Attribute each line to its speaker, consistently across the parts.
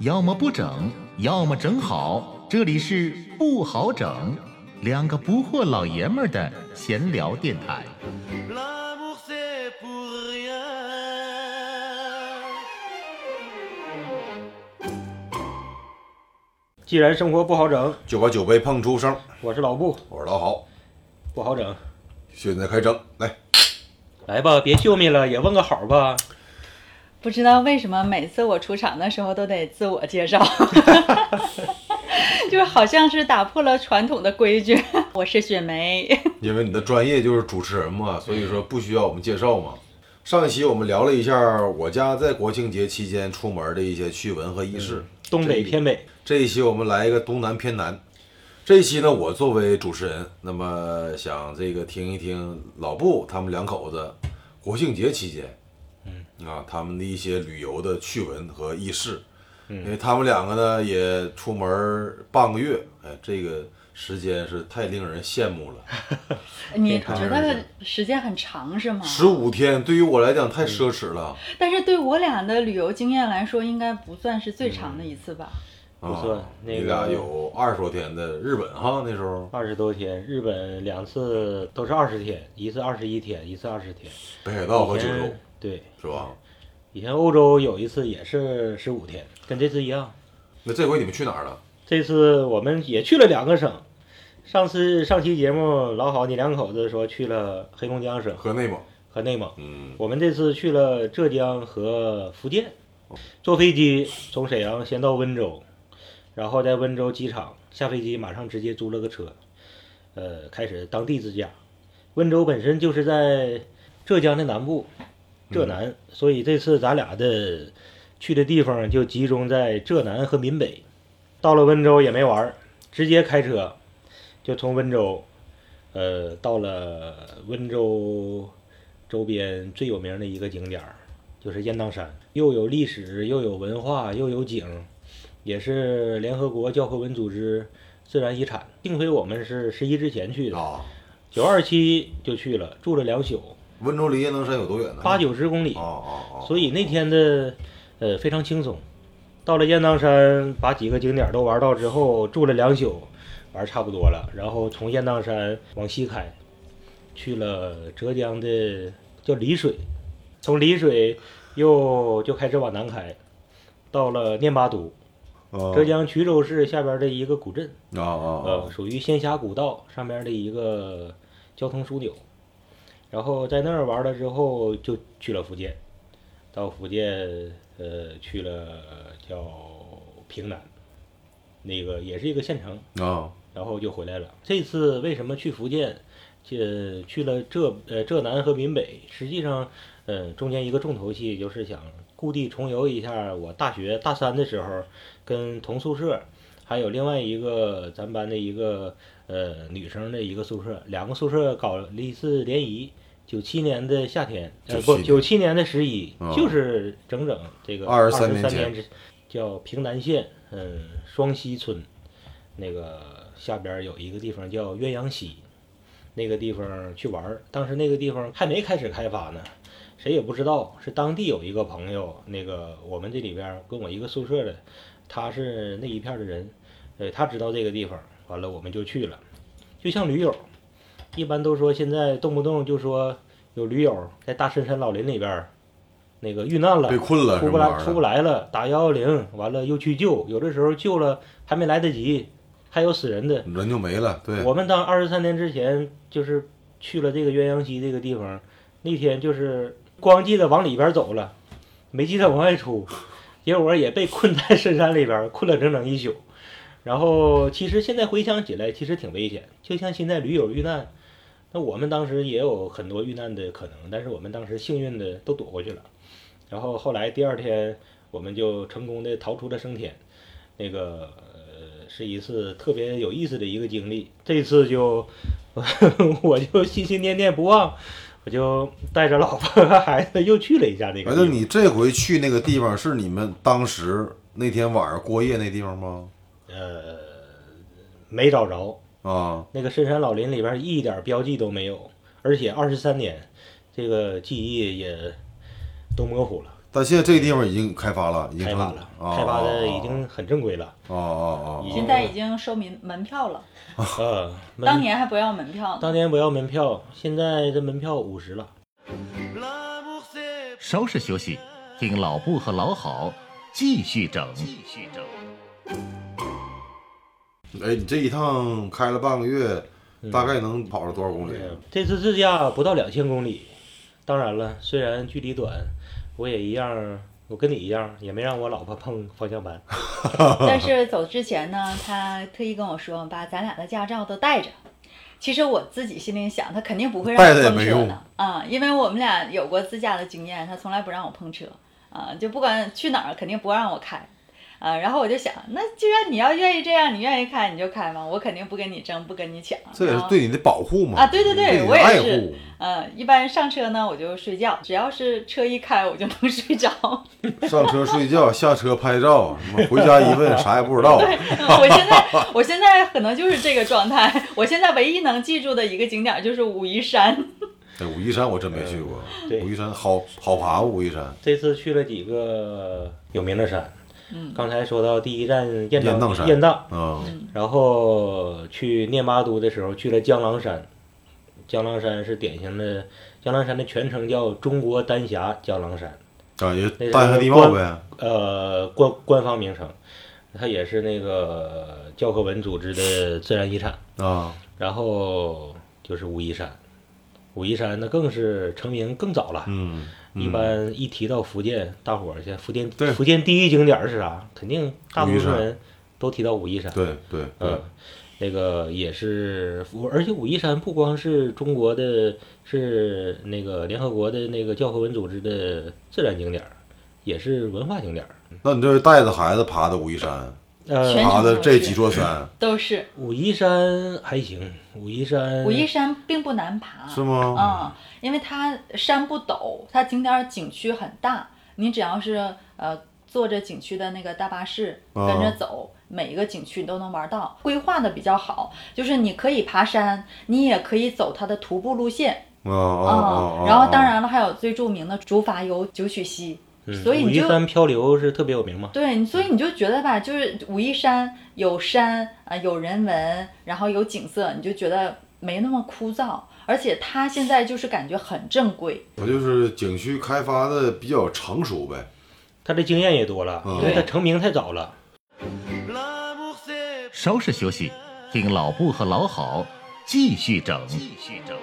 Speaker 1: 要么不整，要么整好。这里是不好整，两个不惑老爷们儿的闲聊电台。
Speaker 2: L'amour c'est pour rien.
Speaker 3: 既然生活不好整，
Speaker 4: 就把酒杯碰出声。
Speaker 3: 我是老布，
Speaker 4: 我说老好，
Speaker 3: 不好整。
Speaker 4: 现在开整，来，
Speaker 3: 来吧，别秀面了，也问个好吧。
Speaker 5: 不知道为什么每次我出场的时候都得自我介绍， 就是好像是打破了传统的规矩。 我是雪梅，
Speaker 4: 因为你的专业就是主持人嘛，所以说不需要我们介绍嘛。上一期我们聊了一下我家在国庆节期间出门的一些趣闻和仪式，
Speaker 3: 东北偏北，
Speaker 4: 这一期我们来一个东南偏南。这一期呢，我作为主持人，那么想这个听一听老布他们两口子国庆节期间，嗯啊，他们的一些旅游的趣闻和轶事。
Speaker 3: 嗯
Speaker 4: 因为他们两个呢也出门儿半个月，哎，这个时间是太令人羡慕了。
Speaker 5: 你
Speaker 3: 看
Speaker 5: 觉得时间很长是吗？
Speaker 4: 十五天对于我来
Speaker 3: 嗯
Speaker 4: 讲太奢侈了，
Speaker 5: 但是对我俩的旅游经验来说，应该不算是最长的一次吧？
Speaker 3: 不算
Speaker 4: 啊
Speaker 3: 那个
Speaker 4: 你俩有二十多天的日本哈，那时候
Speaker 3: 二十多天，日本两次都是二十天，一次二十一天，一次二十天。
Speaker 4: 北海道和
Speaker 3: 以
Speaker 4: 九州
Speaker 3: 前对，
Speaker 4: 是吧？
Speaker 3: 以前欧洲有一次也是十五天，跟这次一样。
Speaker 4: 那这回你们去哪儿了？
Speaker 3: 这次我们也去了两个省。上次上期节目，老好你两口子说去了黑龙江省
Speaker 4: 和内蒙，
Speaker 3: 和内蒙，
Speaker 4: 嗯，
Speaker 3: 我们这次去了浙江和福建，坐飞机从沈阳先到温州，然后在温州机场下飞机，马上直接租了个车，呃，开始当地自驾。温州本身就是在浙江的南部，浙南，所以这次咱俩的去的地方就集中在浙南和闽北。到了温州也没玩儿，直接开车就从温州，呃，到了温州周边最有名的一个景点儿，就是雁荡山，又有历史，又有文化，又有景，也是联合国教科文组织自然遗产。幸亏我们是十一之前去的，
Speaker 4: 啊，
Speaker 3: 九二七就去了，住了两宿，
Speaker 4: 温州离雁荡山有多远呢？
Speaker 3: 八九十公里
Speaker 4: 哦，哦哦，
Speaker 3: 所以那天的呃非常轻松。到了雁荡山，把几个景点都玩到之后，住了两宿，玩差不多了，然后从雁荡山往西开，去了浙江的叫丽水，从丽水又就开始往南开，到了念巴都，
Speaker 4: 哦
Speaker 3: 浙江衢州市下边的一个古镇，
Speaker 4: 啊啊
Speaker 3: 呃，属于仙霞古道上面的一个交通枢纽。然后在那儿玩了之后，就去了福建，到福建呃去了叫平南，那个也是一个县城，
Speaker 4: 啊啊，
Speaker 3: 然后就回来了。这次为什么去福建？去去了浙呃浙南和闽北，实际上，呃中间一个重头戏就是想故地重游一下我大学大三的时候跟同宿舍，还有另外一个咱班的一个呃女生的一个宿舍，两个宿舍搞了一次联谊。九七年的夏天，呃
Speaker 4: 97
Speaker 3: 不，
Speaker 4: 年
Speaker 3: 九七年的十一、
Speaker 4: 哦
Speaker 3: 就是整整这个
Speaker 4: 23
Speaker 3: 三
Speaker 4: 年前
Speaker 3: 之，叫平南县，嗯，双溪村，那个下边儿有一个地方叫鸳鸯溪，那个地方去玩儿。当时那个地方还没开始开发呢，谁也不知道。是当地有一个朋友，那个我们这里边儿跟我一个宿舍的，他是那一片儿的人，呃，他知道这个地方，完了我们就去了，就像驴友，一般都说现在动不动就说有驴友在大深山老林里边儿那个遇难了，
Speaker 4: 被困了
Speaker 3: 出
Speaker 4: 什
Speaker 3: 不
Speaker 4: 么
Speaker 3: 来
Speaker 4: 玩意
Speaker 3: 出不
Speaker 4: 儿？
Speaker 3: 来了，打幺幺零，完了又去救，有的时候救了还没来得及，还有死人的。
Speaker 4: 人就没了，对，
Speaker 3: 我们当二十三年之前就是去了这个鸳鸯溪这个地方，那天就是光记得往里边走了，没记得往外 出，结果也被困在深山里边，困了整整一宿。然后其实现在回想起来，其实挺危险，就像现在驴友遇难，那我们当时也有很多遇难的可能，但是我们当时幸运的都躲过去了。然后后来第二天，我们就成功的逃出了生天，那个呃是一次特别有意思的一个经历。这次就 我就心心念念不忘，我就带着老婆和孩子又去了一下那个地
Speaker 4: 反
Speaker 3: 方。
Speaker 4: 正哎你这回去那个地方是你们当时那天晚上过夜那地方吗？
Speaker 3: 呃，没找着，
Speaker 4: 啊，
Speaker 3: 那个深山老林里边一点标记都没有，而且二十三年，这个记忆也都模糊了。
Speaker 4: 但现在这个地方已经开发了，已经
Speaker 3: 开
Speaker 4: 成
Speaker 3: 发了，
Speaker 4: 啊
Speaker 3: 开发的已经很正规了。
Speaker 4: 哦哦哦
Speaker 3: 已
Speaker 5: 现
Speaker 3: 经
Speaker 5: 在已经收民门票了，
Speaker 3: 呃， 门
Speaker 5: 当年还不要门票呢。
Speaker 3: 当年不要门票，现在这门票五十了。
Speaker 2: L'amour c'est
Speaker 1: 稍事休息，听老布和老好继续整。继续整。
Speaker 4: 哦，哎，你这一趟开了半个月，大概能跑了多少公里？
Speaker 3: 嗯呃这次自驾不到两千公里，当然了，虽然距离短，我也一样，我跟你一样，也没让我老婆碰方向 盘。
Speaker 5: 但是走之前呢，他特意跟我说，把咱俩的驾照都带着。其实我自己心里想，他肯定不会让
Speaker 4: 带着
Speaker 5: 我
Speaker 4: 也
Speaker 5: 碰
Speaker 4: 没
Speaker 5: 车
Speaker 4: 用
Speaker 5: 的啊、因为我们俩有过自驾的经验，他从来不让我碰车啊、就不管去哪儿，肯定不让我开啊、然后我就想，那既然你要愿意这样，你愿意开你就开嘛，我肯定不跟你争，不跟你抢。
Speaker 4: 这也
Speaker 5: 然
Speaker 4: 是
Speaker 5: 后
Speaker 4: 对你的保护嘛？
Speaker 5: 啊，对对
Speaker 4: 对
Speaker 5: 对，
Speaker 4: 你
Speaker 5: 我
Speaker 4: 的爱
Speaker 5: 也是
Speaker 4: 护。。
Speaker 5: 呃，一般上车呢，我就睡觉，只要是车一开，我就能睡着。
Speaker 4: 上车睡觉，下车拍照，什么回家一问啥也不知道。
Speaker 5: 我现在，我现在可能就是这个状态。我现在唯一能记住的一个景点就是武夷山，
Speaker 4: 哎，武夷山我真没去过，
Speaker 3: 嗯对
Speaker 4: 武夷山好好爬吗？武夷山
Speaker 3: 这次去了几个有名的山，
Speaker 5: 嗯
Speaker 3: 刚才说到第一站雁
Speaker 4: 雁荡
Speaker 3: 荡
Speaker 4: 山
Speaker 3: 雁荡，
Speaker 4: 啊，
Speaker 3: 然后去聂巴都的时候去了江郎山，江郎山是典型的，江郎山的全称叫中国丹霞江郎山，
Speaker 4: 啊也
Speaker 3: 那是
Speaker 4: 丹霞地貌呗。
Speaker 3: 呃，官官方名称，它也是那个教科文组织的自然遗产。
Speaker 4: 啊，
Speaker 3: 然后就是武夷山，武夷山那更是成名更早了。
Speaker 4: 嗯，
Speaker 3: 一般一提到福建，大伙儿去福建，
Speaker 4: 对
Speaker 3: 福建第一景点儿是啥？肯定大
Speaker 4: 武夷
Speaker 3: 多数
Speaker 4: 山
Speaker 3: 人都提到武夷山。
Speaker 4: 对对对
Speaker 3: 嗯，，那个也是，而且武夷山不光是中国的，是那个联合国的那个教科文组织的自然景点儿，也是文化景点儿。
Speaker 4: 那你这是带着孩子爬的武夷山，
Speaker 5: 全
Speaker 3: 呃，
Speaker 4: 爬嗯的这几座山
Speaker 5: 都是
Speaker 3: 武夷山还行，武夷山，
Speaker 5: 武夷山并不难爬，
Speaker 4: 嗯是吗？
Speaker 5: 嗯，因为它山不陡，它景点儿景区很大，你只要是呃坐着景区的那个大巴士
Speaker 4: 啊
Speaker 5: 跟着走，每一个景区你都能玩到。规划的比较好，就是你可以爬山，你也可以走它的徒步路线
Speaker 4: 啊啊
Speaker 5: 啊、
Speaker 4: 啊！
Speaker 5: 然后当
Speaker 4: 啊，
Speaker 5: 然了，还有最著名的竹筏游九曲溪，
Speaker 3: 嗯
Speaker 5: 所以
Speaker 3: 武
Speaker 5: 你
Speaker 3: 夷
Speaker 5: 就
Speaker 3: 山漂流是特别有名嘛。
Speaker 5: 对，你所以你就觉得吧，就是武夷山有山啊、呃有人文，然后有景色，你就觉得没那么枯燥，而且它现在就是感觉很正规。
Speaker 4: 我就是景区开发的比较成熟呗。
Speaker 3: 他的经验也多了，
Speaker 4: 嗯
Speaker 3: 因为他成名太早了。
Speaker 2: l'amour c'est
Speaker 1: 稍事休息，听老布和老好继续整。继续整。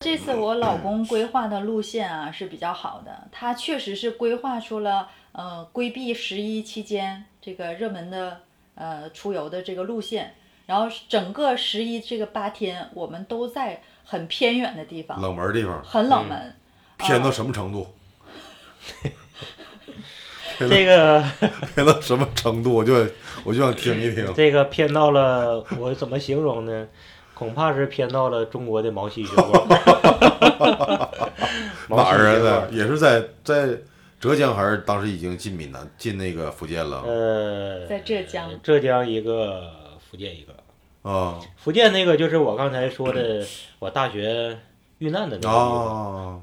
Speaker 5: 这次我老公规划的路线啊是比较好的，他确实是规划出了呃规避十一期间这个热门的呃出游的这个路线，然后整个十一这个八天我们都在很偏远的地方，
Speaker 4: 冷门地方
Speaker 5: 很冷门。
Speaker 4: 偏到什么程度？
Speaker 3: 这个
Speaker 4: 偏到什么程度？我就我就想听一听。
Speaker 3: 这个偏到了，我怎么形容呢？恐怕是偏到了中国的毛细血管。 毛
Speaker 4: 哪
Speaker 3: 细
Speaker 4: 儿
Speaker 3: 血
Speaker 4: 啊？
Speaker 3: 管
Speaker 4: 在也是在在浙江，还是当时已经进闽南，进那个福建了
Speaker 3: 呃，
Speaker 5: 在浙江
Speaker 3: 浙江一个，福建一个。嗯
Speaker 4: 啊
Speaker 3: 福建那个就是我刚才说 的，我大学遇难的那个地方。
Speaker 4: 啊！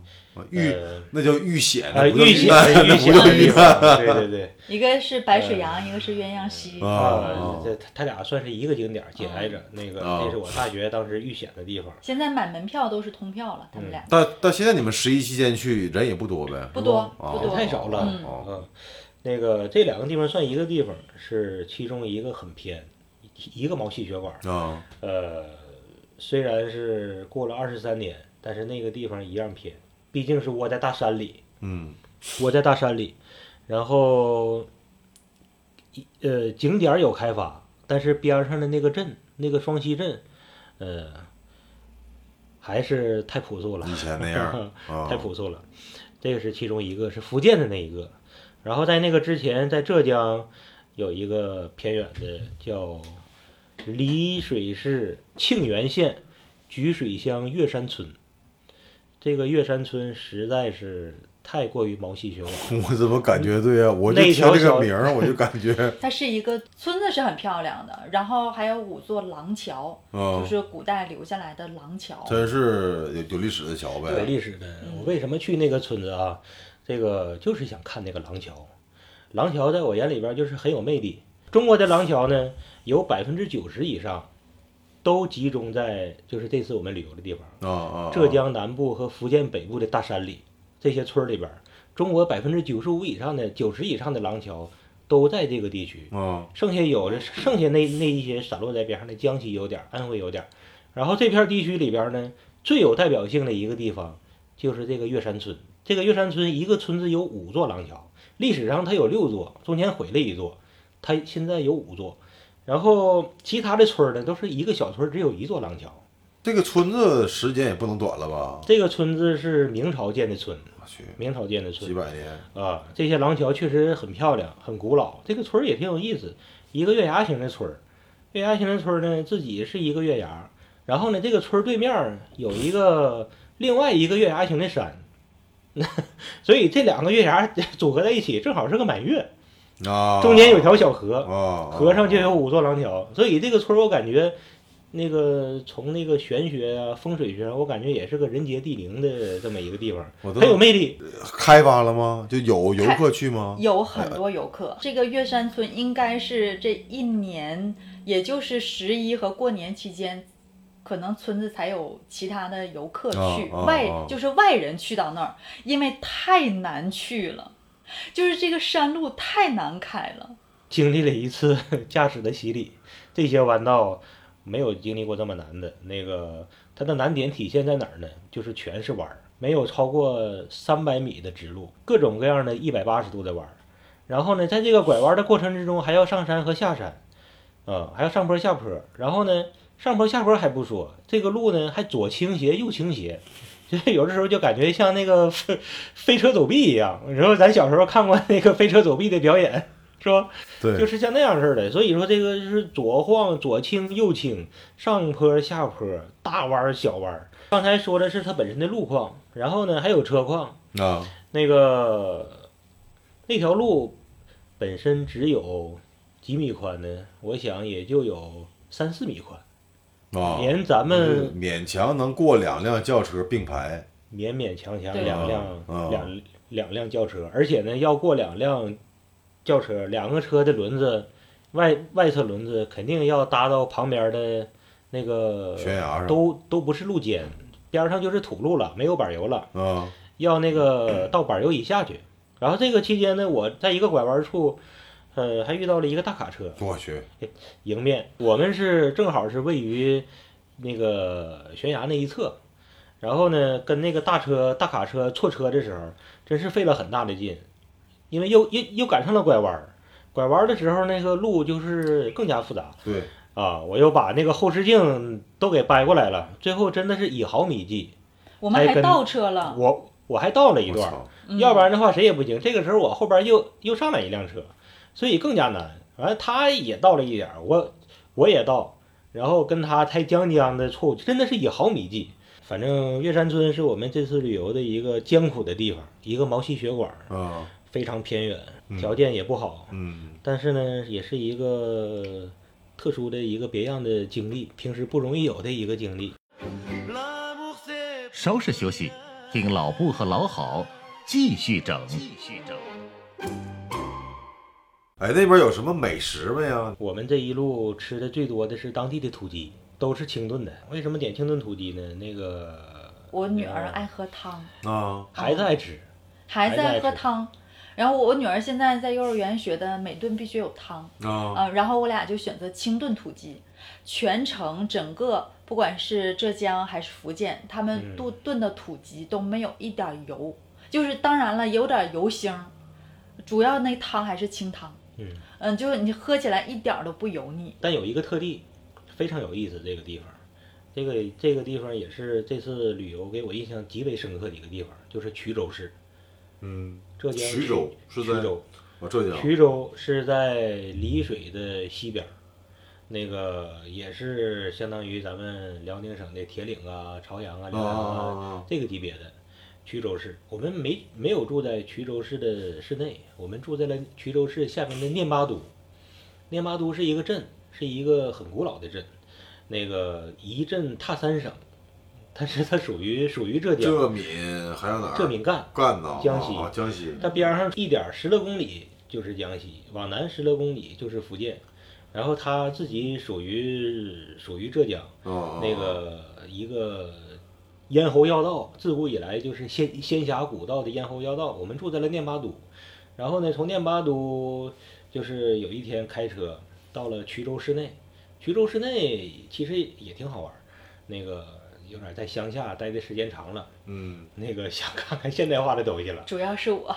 Speaker 4: 遇
Speaker 3: 呃
Speaker 4: 那叫遇险，
Speaker 3: 呃，
Speaker 4: 那不叫
Speaker 3: 遇险
Speaker 4: 难，
Speaker 3: 遇
Speaker 4: 那
Speaker 3: 险
Speaker 4: 不
Speaker 3: 的
Speaker 4: 叫
Speaker 3: 地
Speaker 4: 遇
Speaker 3: 方
Speaker 4: 难，
Speaker 3: 对对对，
Speaker 5: 一个是白水洋，一个是鸳鸯溪。
Speaker 4: 啊
Speaker 3: 啊，这他他俩算是一个景点儿，紧挨着。
Speaker 5: 嗯
Speaker 3: 那个，
Speaker 4: 啊
Speaker 3: 这是我大学当时遇险的地方。
Speaker 5: 现在买门票都是通票了，他们俩、
Speaker 4: 但但现在你们十一期间去人也不多呗？哦
Speaker 5: 不多
Speaker 4: 啊
Speaker 5: 不多，
Speaker 3: 太少了。
Speaker 5: 嗯
Speaker 3: 嗯，那个这两个地方算一个地方，是其中一个很偏，一一个毛细血管。
Speaker 4: 啊
Speaker 3: 呃，虽然是过了二十三年，但是那个地方一样偏，毕竟是窝在大山里，
Speaker 4: 嗯
Speaker 3: 窝在大山里。然后，一呃，景点儿有开发，但是边儿上的那个镇，那个双溪镇，呃，还是太朴素了。
Speaker 4: 以前那样啊
Speaker 3: 太朴素了。这个是其中一个，是福建的那一个。然后在那个之前，在浙江有一个偏远的叫丽水市庆元县菊水乡岳山村。这个岳山村实在是太过于毛细血管。
Speaker 4: 我怎么感觉对呀、我就
Speaker 3: 那
Speaker 4: 听
Speaker 3: 条
Speaker 4: 这个
Speaker 3: 小
Speaker 4: 名儿，我就感 觉
Speaker 5: 它是一个村子是很漂亮的，然后还有五座廊桥，
Speaker 4: 嗯
Speaker 5: 就是古代留下来的廊桥。
Speaker 4: 真是有有历史的桥
Speaker 3: 有
Speaker 4: 呗。
Speaker 3: 历史的。我为什么去那个村子啊？这个就是想看那个廊桥。廊桥在我眼里边就是很有魅力。中国的廊桥呢，有百分之九十以上都集中在就是这次我们旅游的地方，
Speaker 4: 啊啊！
Speaker 3: 浙江南部和福建北部的大山里，这些村儿里边，中国百分之九十五以上的九十以上的廊桥都在这个地区。
Speaker 4: 啊，
Speaker 3: 剩下有的剩下那那一些散落在边上的江西有点儿，安徽有点儿，然后这片地区里边儿呢，最有代表性的一个地方就是这个岳山村。这个岳山村一个村子有五座廊桥，历史上它有六座，中间毁了一座，它现在有五座。然后其他的村儿呢，都是一个小村儿只有一座廊桥。
Speaker 4: 这个村子时间也不能短了吧？
Speaker 3: 这个村子是明朝建的村，
Speaker 4: 我去，
Speaker 3: 明朝建的村
Speaker 4: 几。百年
Speaker 3: 啊，这些廊桥确实很漂亮，很古老。这个村儿也挺有意思，一个月牙形的村儿。月牙形的村儿呢，自己是一个月牙，然后呢，这个村儿对面儿有一个另外一个月牙形的山， 所以这两个月牙 组合在一起，正好是个满月。
Speaker 4: 啊，
Speaker 3: 中间有条小河，
Speaker 4: 啊，
Speaker 3: 河上就有五座廊桥，所以这个村儿我感觉，那个从那个玄学啊、风水学上，我感觉也是个人杰地灵的这么一个地方，
Speaker 4: 我都
Speaker 3: 很有魅力。
Speaker 4: 开发了吗？就有游客去吗？
Speaker 5: 有很多游客，这个岳山村应该是这一年，也就是十一和过年期间，可能村子才有其他的游客去，
Speaker 4: 啊啊
Speaker 5: 外
Speaker 4: 啊
Speaker 5: 就是外人去到那儿，因为太难去了，就是这个山路太难开了。
Speaker 3: 经历了一次 驾驶的洗礼，这些弯道没有经历过这么难的。那个它的难点体现在哪儿呢？就是全是弯儿，没有超过三百米的直路，各种各样的一百八十度的弯儿。然后呢，在这个拐弯的过程之中，还要上山和下山，啊、还要上坡下坡。然后呢，上坡下坡还不说，这个路呢还左倾斜右倾斜， 就是有的时候就感觉像那个飞 飞车走壁一样。然后咱小时候看过那个飞车走壁的表演，是吧？就
Speaker 4: 对，
Speaker 3: 是像那样似的。所以说这个就是左晃左倾右倾，上坡下坡，大弯儿小弯儿。刚才说的是它本身的路况，然后呢还有车况。
Speaker 4: 啊，
Speaker 3: 那个那条路本身只有几米宽呢？我想也就有三四米宽，
Speaker 4: 啊，
Speaker 3: 连咱
Speaker 4: 就是
Speaker 3: 们
Speaker 4: 勉强能过两辆轿车并排，
Speaker 3: 勉勉强强
Speaker 5: 对
Speaker 3: 两
Speaker 4: 啊
Speaker 3: 辆
Speaker 4: 啊
Speaker 3: 两两辆轿车，而且呢要过两辆轿车，两个车的轮子外外侧轮子肯定要搭到旁边的那个
Speaker 4: 悬崖上
Speaker 3: 都都不是路肩，边上就是土路了，没有柏油了，
Speaker 4: 啊
Speaker 3: 要那个
Speaker 4: 嗯
Speaker 3: 到柏油以下去。然后这个期间呢，我在一个拐弯处，呃，还遇到了一个大卡车
Speaker 4: 我去，
Speaker 3: 迎面，我们是正好是位于那个悬崖那一侧，然后呢，跟那个大车大卡车错车的时候，真是费了很大的劲，因为又又又赶上了拐弯儿，拐弯儿的时候那个路就是更加复杂，
Speaker 4: 对，
Speaker 3: 啊，我又把那个后视镜都给掰过来了，最后真的是以毫米计，
Speaker 5: 我们
Speaker 3: 还
Speaker 5: 还
Speaker 3: 跟
Speaker 5: 倒车了，
Speaker 3: 我我还倒了一
Speaker 4: 我
Speaker 3: 段，
Speaker 4: 操，
Speaker 5: 嗯
Speaker 3: 要不然的话谁也不行。这个时候我后边又又上来一辆车，所以更加难。完了他也倒了一点儿，我我也倒，然后跟他才将将的错误，真的是以毫米计。反正岳山村是我们这次旅游的一个艰苦的地方，一个毛细血管
Speaker 4: 啊，
Speaker 3: 非常偏远，条件也不好，
Speaker 4: 嗯，
Speaker 3: 但是呢，也是一个特殊的一个别样的经历，平时不容易有的一个经历。
Speaker 2: L'amour c'est
Speaker 1: 稍事休息，听老布和老好继续整。继续整。
Speaker 4: 哎，那边有什么美食没呀？
Speaker 3: 我们这一路吃的最多的是当地的土鸡，都是清炖的。为什么点清炖土鸡呢？那个
Speaker 5: 我女儿
Speaker 3: 嗯
Speaker 5: 爱喝汤，
Speaker 4: 啊，
Speaker 3: 孩子爱吃，
Speaker 5: 还
Speaker 3: 孩
Speaker 5: 在
Speaker 3: 子爱
Speaker 5: 喝
Speaker 3: 吃
Speaker 5: 汤。然后我女儿现在在幼儿园学的，每顿必须有汤。
Speaker 4: 啊，
Speaker 5: 啊，然后我俩就选择清炖土鸡，全程整个不管是浙江还是福建，他们
Speaker 3: 嗯
Speaker 5: 炖炖的土鸡都没有一点儿油，就是当然了有点儿油腥儿，主要那汤还是清汤，
Speaker 3: 嗯，
Speaker 5: 嗯，就是你喝起来一点儿都不油腻。
Speaker 3: 但有一个特地，非常有意思这个地方。这个这个地方也是这次旅游给我印象极为深刻的一个地方，就是衢州市，
Speaker 4: 嗯，
Speaker 3: 浙江
Speaker 4: 衢州是在啊
Speaker 3: 衢州，
Speaker 4: 我浙江，
Speaker 3: 衢州是在丽水的西边儿，那个也是相当于咱们辽宁省的铁岭啊、朝阳啊、
Speaker 4: 啊
Speaker 3: 浏阳
Speaker 4: 啊
Speaker 3: 啊
Speaker 4: 啊
Speaker 3: 这个级别的。衢州市，我们没没有住在衢州市的市内，我们住在了衢州市下面的念巴都。念巴都是一个镇，是一个很古老的镇，那个一镇踏三省，但是它属于属于浙江，
Speaker 4: 浙闽还有哪儿？
Speaker 3: 浙闽赣，
Speaker 4: 赣呐，
Speaker 3: 江西
Speaker 4: 啊，江西。
Speaker 3: 它边上一点十来公里就是江西，往南十来公里就是福建，然后它自己属于属于浙江，
Speaker 4: 哦，
Speaker 3: 那个一个咽喉要道，自古以来就是仙仙峡古道的咽喉要道。我们住在了念巴都，然后呢，从念巴都就是有一天开车到了衢州市内，衢州市内其实也挺好玩儿，那个有点在乡下待的时间长了，
Speaker 4: 嗯，
Speaker 3: 那个想看看现代化的东西了。
Speaker 5: 主要是我，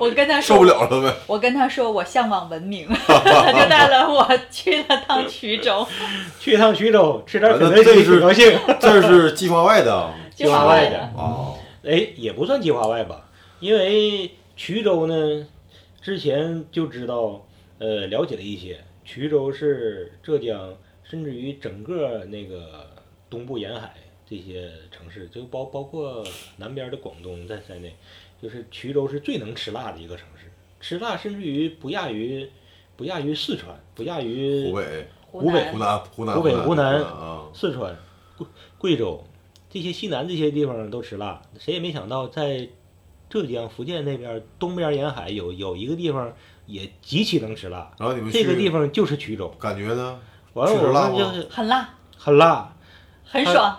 Speaker 5: 我跟他说
Speaker 4: 受不了了呗。
Speaker 5: 我跟他说我向往文明， 他就带了我去了趟衢州，
Speaker 3: 去一趟衢州吃点
Speaker 4: 啊
Speaker 3: 肯
Speaker 4: 那
Speaker 3: 德
Speaker 4: 这
Speaker 3: 基，
Speaker 4: 是
Speaker 3: 挺高兴。
Speaker 4: 这是计划外的啊。
Speaker 5: 就
Speaker 3: 往
Speaker 5: 往
Speaker 3: 外
Speaker 5: 外
Speaker 3: 点
Speaker 5: 的。
Speaker 4: 哦，
Speaker 3: 哎，也不算计划外吧，因为衢州呢，之前就知道，呃，了解了一些。衢州是浙江，甚至于整个那个东部沿海这些城市，就包包括南边的广东在在内，就是衢州是最能吃辣的一个城市，吃辣甚至于不亚于不亚于四川，不亚于
Speaker 4: 湖北、
Speaker 3: 湖北
Speaker 5: 南
Speaker 4: 湖南、湖南、
Speaker 3: 湖北湖
Speaker 4: 湖
Speaker 3: 南
Speaker 4: 啊，
Speaker 3: 四川、贵贵州这些西南这些地方都吃辣，谁也没想到在浙江、福建那边东边沿海有有一个地方也极其能吃辣，
Speaker 4: 然后你们
Speaker 3: 这个
Speaker 4: 去
Speaker 3: 地方就是衢州。
Speaker 4: 感觉呢？
Speaker 3: 完了，
Speaker 4: 吃着
Speaker 3: 我
Speaker 4: 辣
Speaker 3: 们
Speaker 4: 吗
Speaker 3: 就是
Speaker 5: 很辣，
Speaker 3: 很辣，
Speaker 5: 很爽，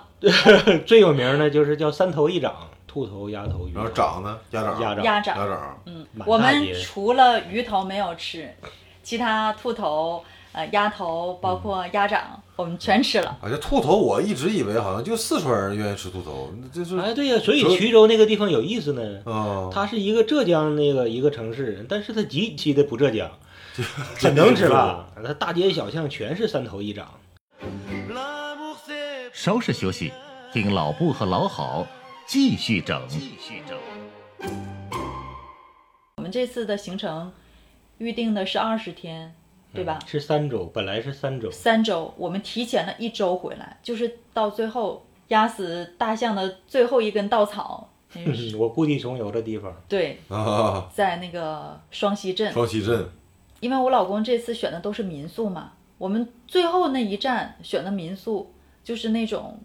Speaker 3: 最有名的就是叫三头一掌，兔头、鸭头、鱼
Speaker 4: 然
Speaker 3: 头
Speaker 4: 后长呢？鸭掌，
Speaker 3: 鸭掌
Speaker 5: 鸭
Speaker 4: 鸭
Speaker 5: 掌。
Speaker 4: 掌，
Speaker 5: 嗯，
Speaker 3: 满
Speaker 5: 我
Speaker 3: 大
Speaker 5: 们
Speaker 3: 街
Speaker 5: 除了鱼头没有吃，其他兔头、呃鸭头，包括鸭掌，我们全吃了。
Speaker 4: 啊，这兔头我一直以为好像就四川人愿意吃兔头，这是
Speaker 3: 哎，对呀、所以
Speaker 4: 所以
Speaker 3: 衢州那个地方有意思呢。
Speaker 4: 啊，
Speaker 3: 它是一个浙江那个一个城市，但是它极其的不浙江， 很能吃辣。它大街小巷全是三头一掌，
Speaker 2: L'amour c'est
Speaker 1: 稍事休息，听老布和老好继续整。
Speaker 5: 我们这次的行程预定的是二十天，对吧？
Speaker 3: 是三周，本来是三周，
Speaker 5: 三周，我们提前了一周回来，就是到最后压死大象的最后一根稻草。嗯
Speaker 3: 嗯 我故地重游的地方，
Speaker 5: 对，
Speaker 4: 啊，
Speaker 5: 在那个双溪镇，
Speaker 4: 双溪镇
Speaker 5: 因为我老公这次选的都是民宿嘛，我们最后那一站选的民宿就是那种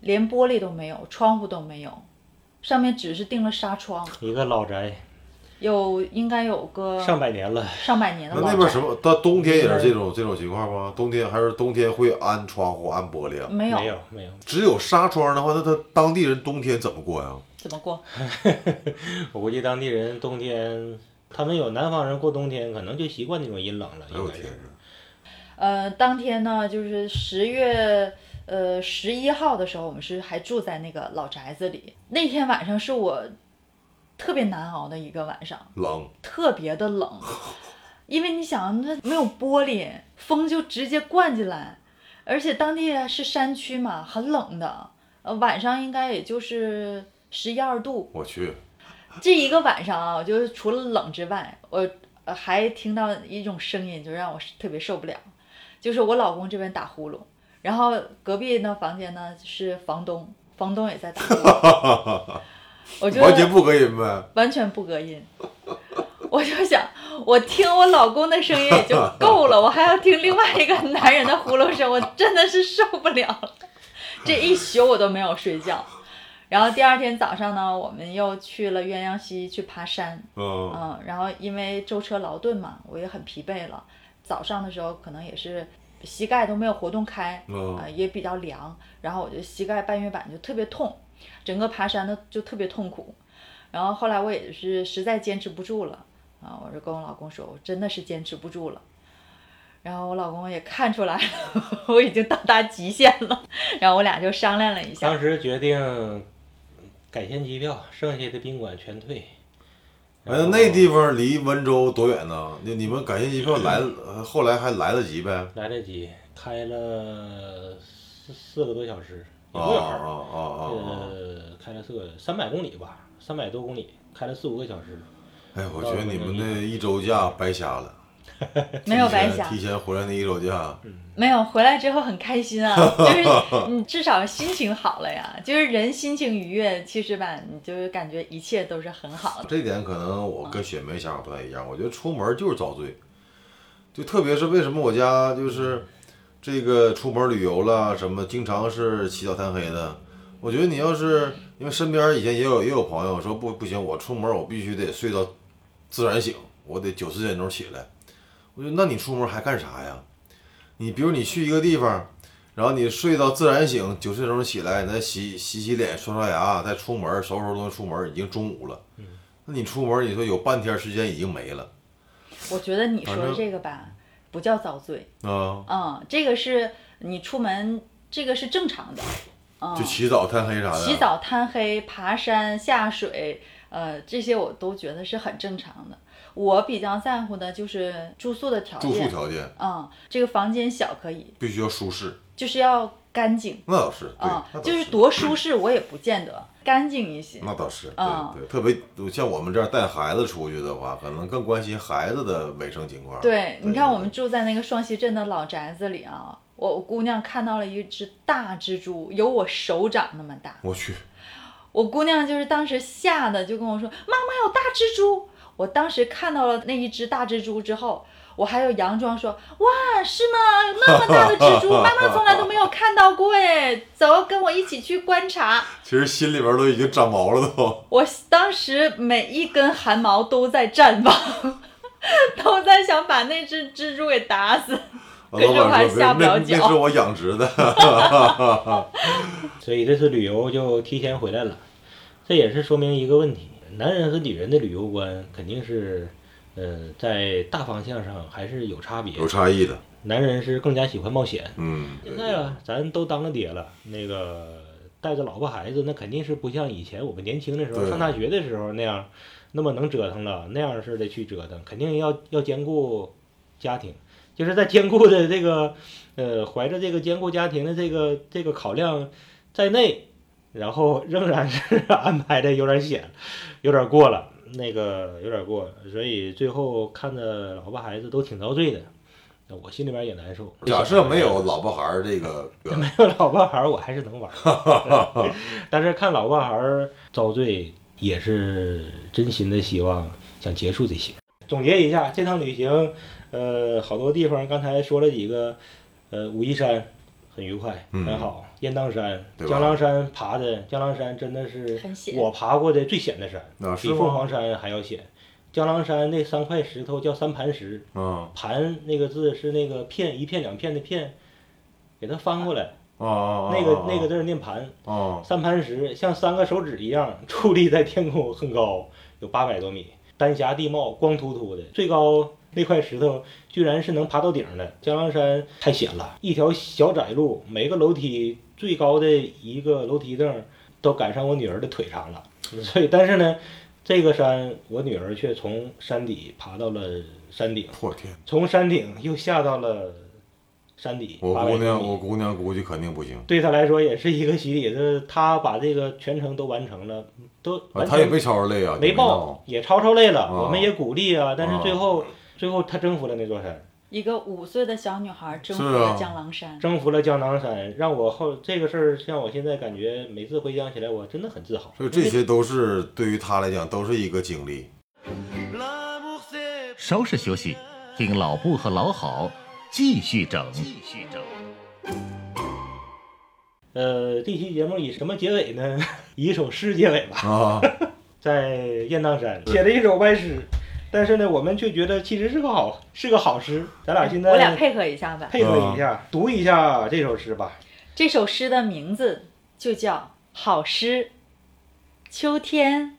Speaker 5: 连玻璃都没有，窗户都没有，上面只是钉了纱窗，
Speaker 3: 一个老宅，
Speaker 5: 有应该有个
Speaker 4: 嗯
Speaker 3: 上百年了，
Speaker 5: 上百年的
Speaker 4: 那
Speaker 5: 老
Speaker 4: 那边
Speaker 5: 宅
Speaker 4: 什么？到冬天也是这种这种情况吗？冬天还是冬天会安窗户、安玻璃啊？
Speaker 5: 没有
Speaker 3: 没有没有，
Speaker 4: 只有纱窗的话，那他当地人冬天怎么过呀？
Speaker 5: 怎么过，
Speaker 3: 我估计当地人冬天，他们有南方人过冬天，可能就习惯那种阴冷了，
Speaker 4: 哎呦
Speaker 3: 应
Speaker 4: 我
Speaker 3: 该
Speaker 4: 天
Speaker 3: 是。
Speaker 4: 哪！
Speaker 5: 呃，当天呢，就是十月呃十一号的时候，我们是还住在那个老宅子里。那天晚上是我特别难熬的一个晚上，
Speaker 4: 冷，
Speaker 5: 特别的冷， 因为你想，那没有玻璃，风就直接灌进来，而且当地是山区嘛，很冷的。呃，晚上应该也就是十一二度，
Speaker 4: 我去，
Speaker 5: 这一个晚上啊，我就除了冷之外，我呃还听到一种声音，就让我特别受不了，就是我老公这边打呼噜，然后隔壁那房间呢是房东，房东也在打呼噜，我就
Speaker 4: 完全不隔音呗。
Speaker 5: 完全不隔音。 我就想，我听我老公的声音也就够了，我还要听另外一个男人的呼噜声，我真的是受不了了。这一宿我都没有睡觉。然后第二天早上呢，我们又去了鸳鸯溪去爬山，
Speaker 3: 啊
Speaker 4: 嗯，
Speaker 5: 嗯，然后因为舟车劳顿嘛，我也很疲惫了。早上的时候可能也是膝盖都没有活动开，
Speaker 4: 嗯
Speaker 5: 呃，也比较凉，然后我就膝盖半月板就特别痛，整个爬山的就特别痛苦。然后后来我也是实在坚持不住了啊，我就跟我老公说，我真的是坚持不住了。然后我老公也看出来了， 我已经到达极限了。然后我俩就商量了一下
Speaker 3: 当，时决定改签机票，剩下的宾馆全退。
Speaker 4: 哎，那那地方离温州多远呢？那你们改签机票 来，呃后来还来得及呗？
Speaker 3: 来得及，开了四四个多小时，也
Speaker 4: 啊
Speaker 3: 不远
Speaker 4: 啊
Speaker 3: 儿，
Speaker 4: 啊啊！啊！
Speaker 3: 呃，开了四个三百公里吧，三百多公里，开了四五个小时。
Speaker 4: 哎，我觉得你们那一周假白瞎了。
Speaker 5: 没有
Speaker 4: 提
Speaker 5: 白
Speaker 4: 前
Speaker 5: 想
Speaker 4: 提，前回来那一手假，
Speaker 5: 没有回来之后很开心 啊，就是你至少心情好了呀，就是人心情愉悦，其实吧，你就是感觉一切都是很好的。
Speaker 4: 这点可能我跟雪梅想法不太一样。我觉得出门就是遭罪，就特别是为什么我家就是这个出门旅游了什么，经常是起早贪黑的。我觉得你要是因为身边以前也有也有朋友说不不行，我出门我必须得睡到自然醒，我得九十点钟起来。我说那你出门还干啥呀？你比如你去一个地方，然后你睡到自然醒，九十点钟起来，那洗洗洗脸、刷刷牙，再出门收拾收拾东西出门，已经中午了。那你出门，你说有半天时间已经没了
Speaker 5: 我觉得你说
Speaker 4: 反
Speaker 5: 的
Speaker 4: 正
Speaker 5: 这个吧，不叫遭罪，
Speaker 4: 啊，
Speaker 5: 嗯，这个是你出门，这个是正常的，嗯，
Speaker 4: 就起早贪黑啥的。
Speaker 5: 起早贪黑、爬山下水，呃，这些我都觉得是很正常的。我比较在乎的就是住宿的条件，
Speaker 4: 住宿条件
Speaker 5: 嗯，这个房间小可以，
Speaker 4: 必须要舒适，
Speaker 5: 就是要干净，
Speaker 4: 那倒是，对，
Speaker 5: 啊、
Speaker 4: 那倒
Speaker 5: 就是多舒适我也不见得，干净一些。
Speaker 4: 那倒是，对、
Speaker 5: 嗯
Speaker 4: 对，特别像我们这样带孩子出去的话，可能更关心孩子的卫生情况。
Speaker 5: 对，你看我们
Speaker 4: 对
Speaker 5: 住在那个双溪镇的老宅子里啊，我我姑娘看到了一只大蜘蛛，有我手掌那么大。
Speaker 4: 我去，
Speaker 5: 我姑娘就是当时吓得就跟我说：“妈妈有大蜘蛛！”我当时看到了那一只大蜘蛛之后，我还有佯装说：“哇，是吗？那么大的蜘蛛，妈妈从来都没有看到过哎，走，跟我一起去观察。”
Speaker 4: 其实心里边都已经长毛了都。
Speaker 5: 我当时每一根汗毛都在绽放， 都在想把那只蜘蛛给打死。可是
Speaker 4: 老
Speaker 5: 我还
Speaker 4: 板说
Speaker 5: 下不了
Speaker 4: 别那那是
Speaker 5: 脚。
Speaker 4: 我养殖的，
Speaker 3: 所以这次旅游就提前回来了。这也是说明一个问题：男人和女人的旅游观肯定是，呃，在大方向上还是有差别。
Speaker 4: 有差异的，
Speaker 3: 男人是更加喜欢冒险。
Speaker 4: 嗯，对
Speaker 3: 现在啊，咱都当了爹了，那个带着老婆孩子，那肯定是不像以前我们年轻的时候
Speaker 4: 对
Speaker 3: 上大学的时候那样，那么能折腾了，那样似的去折腾，肯定要要兼顾家庭，就是在兼顾的这个呃，怀着这个兼顾家庭的这个这个考量在内，然后仍然是安排的有点险，有点过了。那个有点过，所以最后看着老婆孩子都挺遭罪的，那我心里边也难受。
Speaker 4: 假设没有老婆孩儿这个，
Speaker 3: 老婆孩儿我还是能玩儿， 但是看老婆孩儿遭罪也是真心的希望想结束这些。总结一下这趟旅行，呃，好多地方刚才说了几个，呃，武夷山很愉快，
Speaker 4: 嗯
Speaker 3: 很好，雁荡山、
Speaker 4: 对吧
Speaker 3: 江郎山爬的，江郎山真的是
Speaker 5: 很险
Speaker 3: 我爬过的最险的山，
Speaker 4: 啊是
Speaker 3: 比
Speaker 4: 吗
Speaker 3: 凤凰山还要险。江郎山那三块石头叫三盘石，
Speaker 4: 嗯
Speaker 3: 盘那个字是那个片一片两片的片，给它翻过来。
Speaker 4: 啊啊，
Speaker 3: 那个那个字儿念盘，
Speaker 4: 啊，
Speaker 3: 三盘石像三个手指一样矗立在天空，很高，有八百多米，丹霞地貌，光秃秃的。最高那块石头居然是能爬到顶的。江郎山太险了，一条小窄路，每个楼梯最高的一个楼梯凳都赶上我女儿的腿长了。
Speaker 4: 嗯
Speaker 3: 所以，但是呢，这个山我女儿却从山底爬到了山顶，
Speaker 4: 我天，
Speaker 3: 从山顶又下到了山底。
Speaker 4: 我
Speaker 3: 800
Speaker 4: 姑娘
Speaker 3: 米
Speaker 4: 我姑娘估计肯定不行。
Speaker 3: 对他来说也是一个洗礼，就是他把这个全程都完成了，都
Speaker 4: 啊，
Speaker 3: 完
Speaker 4: 他也
Speaker 3: 全
Speaker 4: 没超着累啊，
Speaker 3: 没
Speaker 4: 报
Speaker 3: 爆，也超超累了，
Speaker 4: 啊
Speaker 3: 我们也鼓励啊，但是
Speaker 4: 啊
Speaker 3: 最后、最后他征服了那座山，
Speaker 5: 一个五岁的小女孩征服
Speaker 4: 是啊
Speaker 5: 了江郎山，
Speaker 3: 征服了江南山，让我后这个事儿让我现在感觉每次回想起来，我真的很自豪。
Speaker 4: 所以这些都是对于他来讲都是一个经历。
Speaker 2: L'amour c'est
Speaker 1: 稍事休息，听老布和老好继续整。继续整。
Speaker 3: 呃，这期节目以什么结尾呢？ 以一首诗结尾吧。
Speaker 4: 啊，
Speaker 3: 在雁荡山写了一首歪诗，但是呢，我们却觉得其实是个好是个好诗。咱俩现在
Speaker 5: 我俩配合一下吧。
Speaker 3: 配
Speaker 4: 嗯
Speaker 3: 合一下，读一下这首诗吧。
Speaker 5: 这首诗的名字就叫《好诗》。秋天，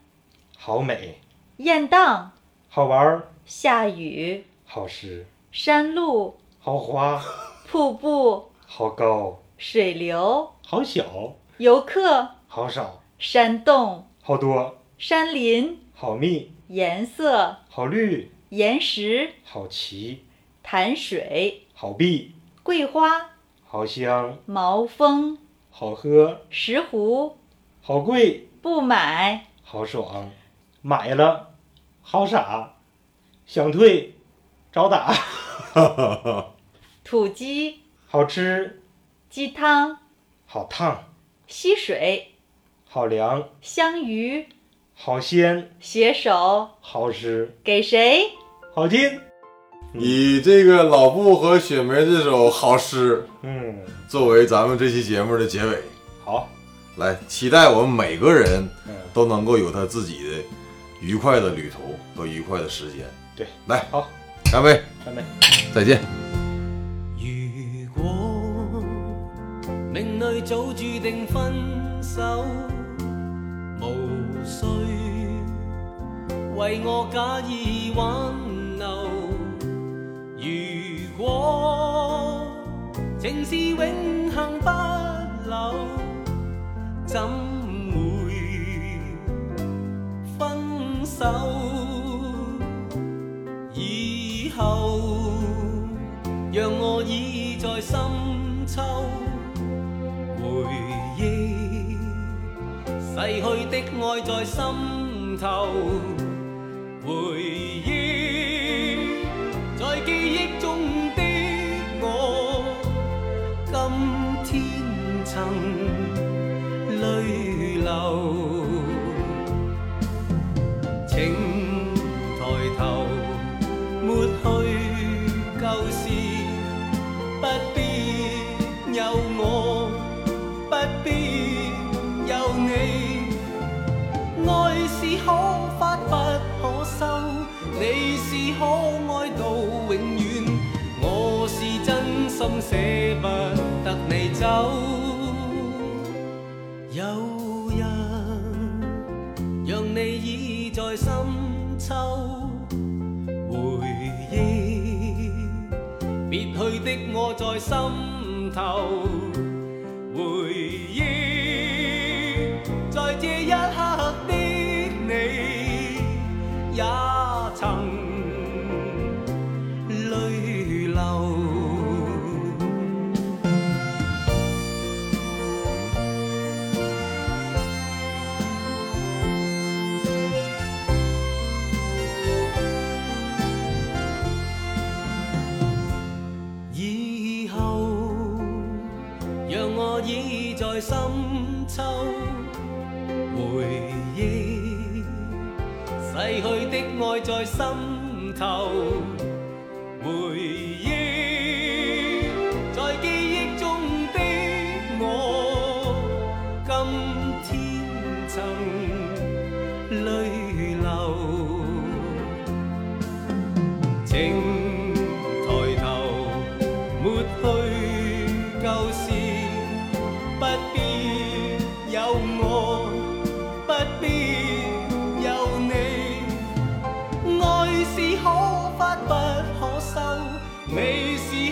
Speaker 3: 好美，
Speaker 5: 雁荡，
Speaker 3: 好玩儿，
Speaker 5: 下雨，
Speaker 3: 好诗，
Speaker 5: 山路，
Speaker 3: 好花，
Speaker 5: 瀑布，
Speaker 3: 好高，
Speaker 5: 水流，
Speaker 3: 好小，
Speaker 5: 游客，
Speaker 3: 好少，
Speaker 5: 山洞，
Speaker 3: 好多，
Speaker 5: 山林，
Speaker 3: 好密，
Speaker 5: 颜色，
Speaker 3: 好绿，
Speaker 5: 岩石，
Speaker 3: 好奇，
Speaker 5: 潭水，
Speaker 3: 好碧，
Speaker 5: 桂花，
Speaker 3: 好香，
Speaker 5: 毛峰，
Speaker 3: 好喝，
Speaker 5: 石斛，
Speaker 3: 好贵，
Speaker 5: 不买，
Speaker 3: 好爽，买了，好傻，想退，找打，
Speaker 5: 土鸡、
Speaker 3: 好吃，
Speaker 5: 鸡汤、
Speaker 3: 好烫，
Speaker 5: 溪水、
Speaker 3: 好凉，
Speaker 5: 香鱼、
Speaker 3: 好鲜，
Speaker 5: 携手，
Speaker 3: 好吃，
Speaker 5: 给谁？
Speaker 3: 好听。
Speaker 4: 以这个老布和雪梅这首好诗
Speaker 3: 嗯，
Speaker 4: 作为咱们这期节目的结尾，
Speaker 3: 好，
Speaker 4: 来期待我们每个人
Speaker 3: 嗯，
Speaker 4: 都能够有他自己的愉快的旅途和愉快的时间。
Speaker 3: 对，
Speaker 4: 来
Speaker 3: 好，
Speaker 4: 干杯，
Speaker 3: 咱们。
Speaker 4: 再见。
Speaker 2: 如果命里早注定分手，无需为我假意挽留。如果情是永恒不朽，怎会分手？以後，讓我倚在深秋，回憶逝去的愛在心頭，回憶在記憶中的我，今天曾淚流，請抬頭。抹去舊事，不必有我，不必有你。愛是可發不可收，你是可愛到永遠，我是真心捨不得你走。有日，讓你倚在深秋。回憶，別去的我在心頭。回憶，在這一刻的你，也曾淚流。以後，讓我倚在深秋，回憶逝去的愛在心頭，回憶在記憶中的我，今天曾淚流。請抬頭，抹去舊事，不必有我，不必有你。愛是可發不可收，你是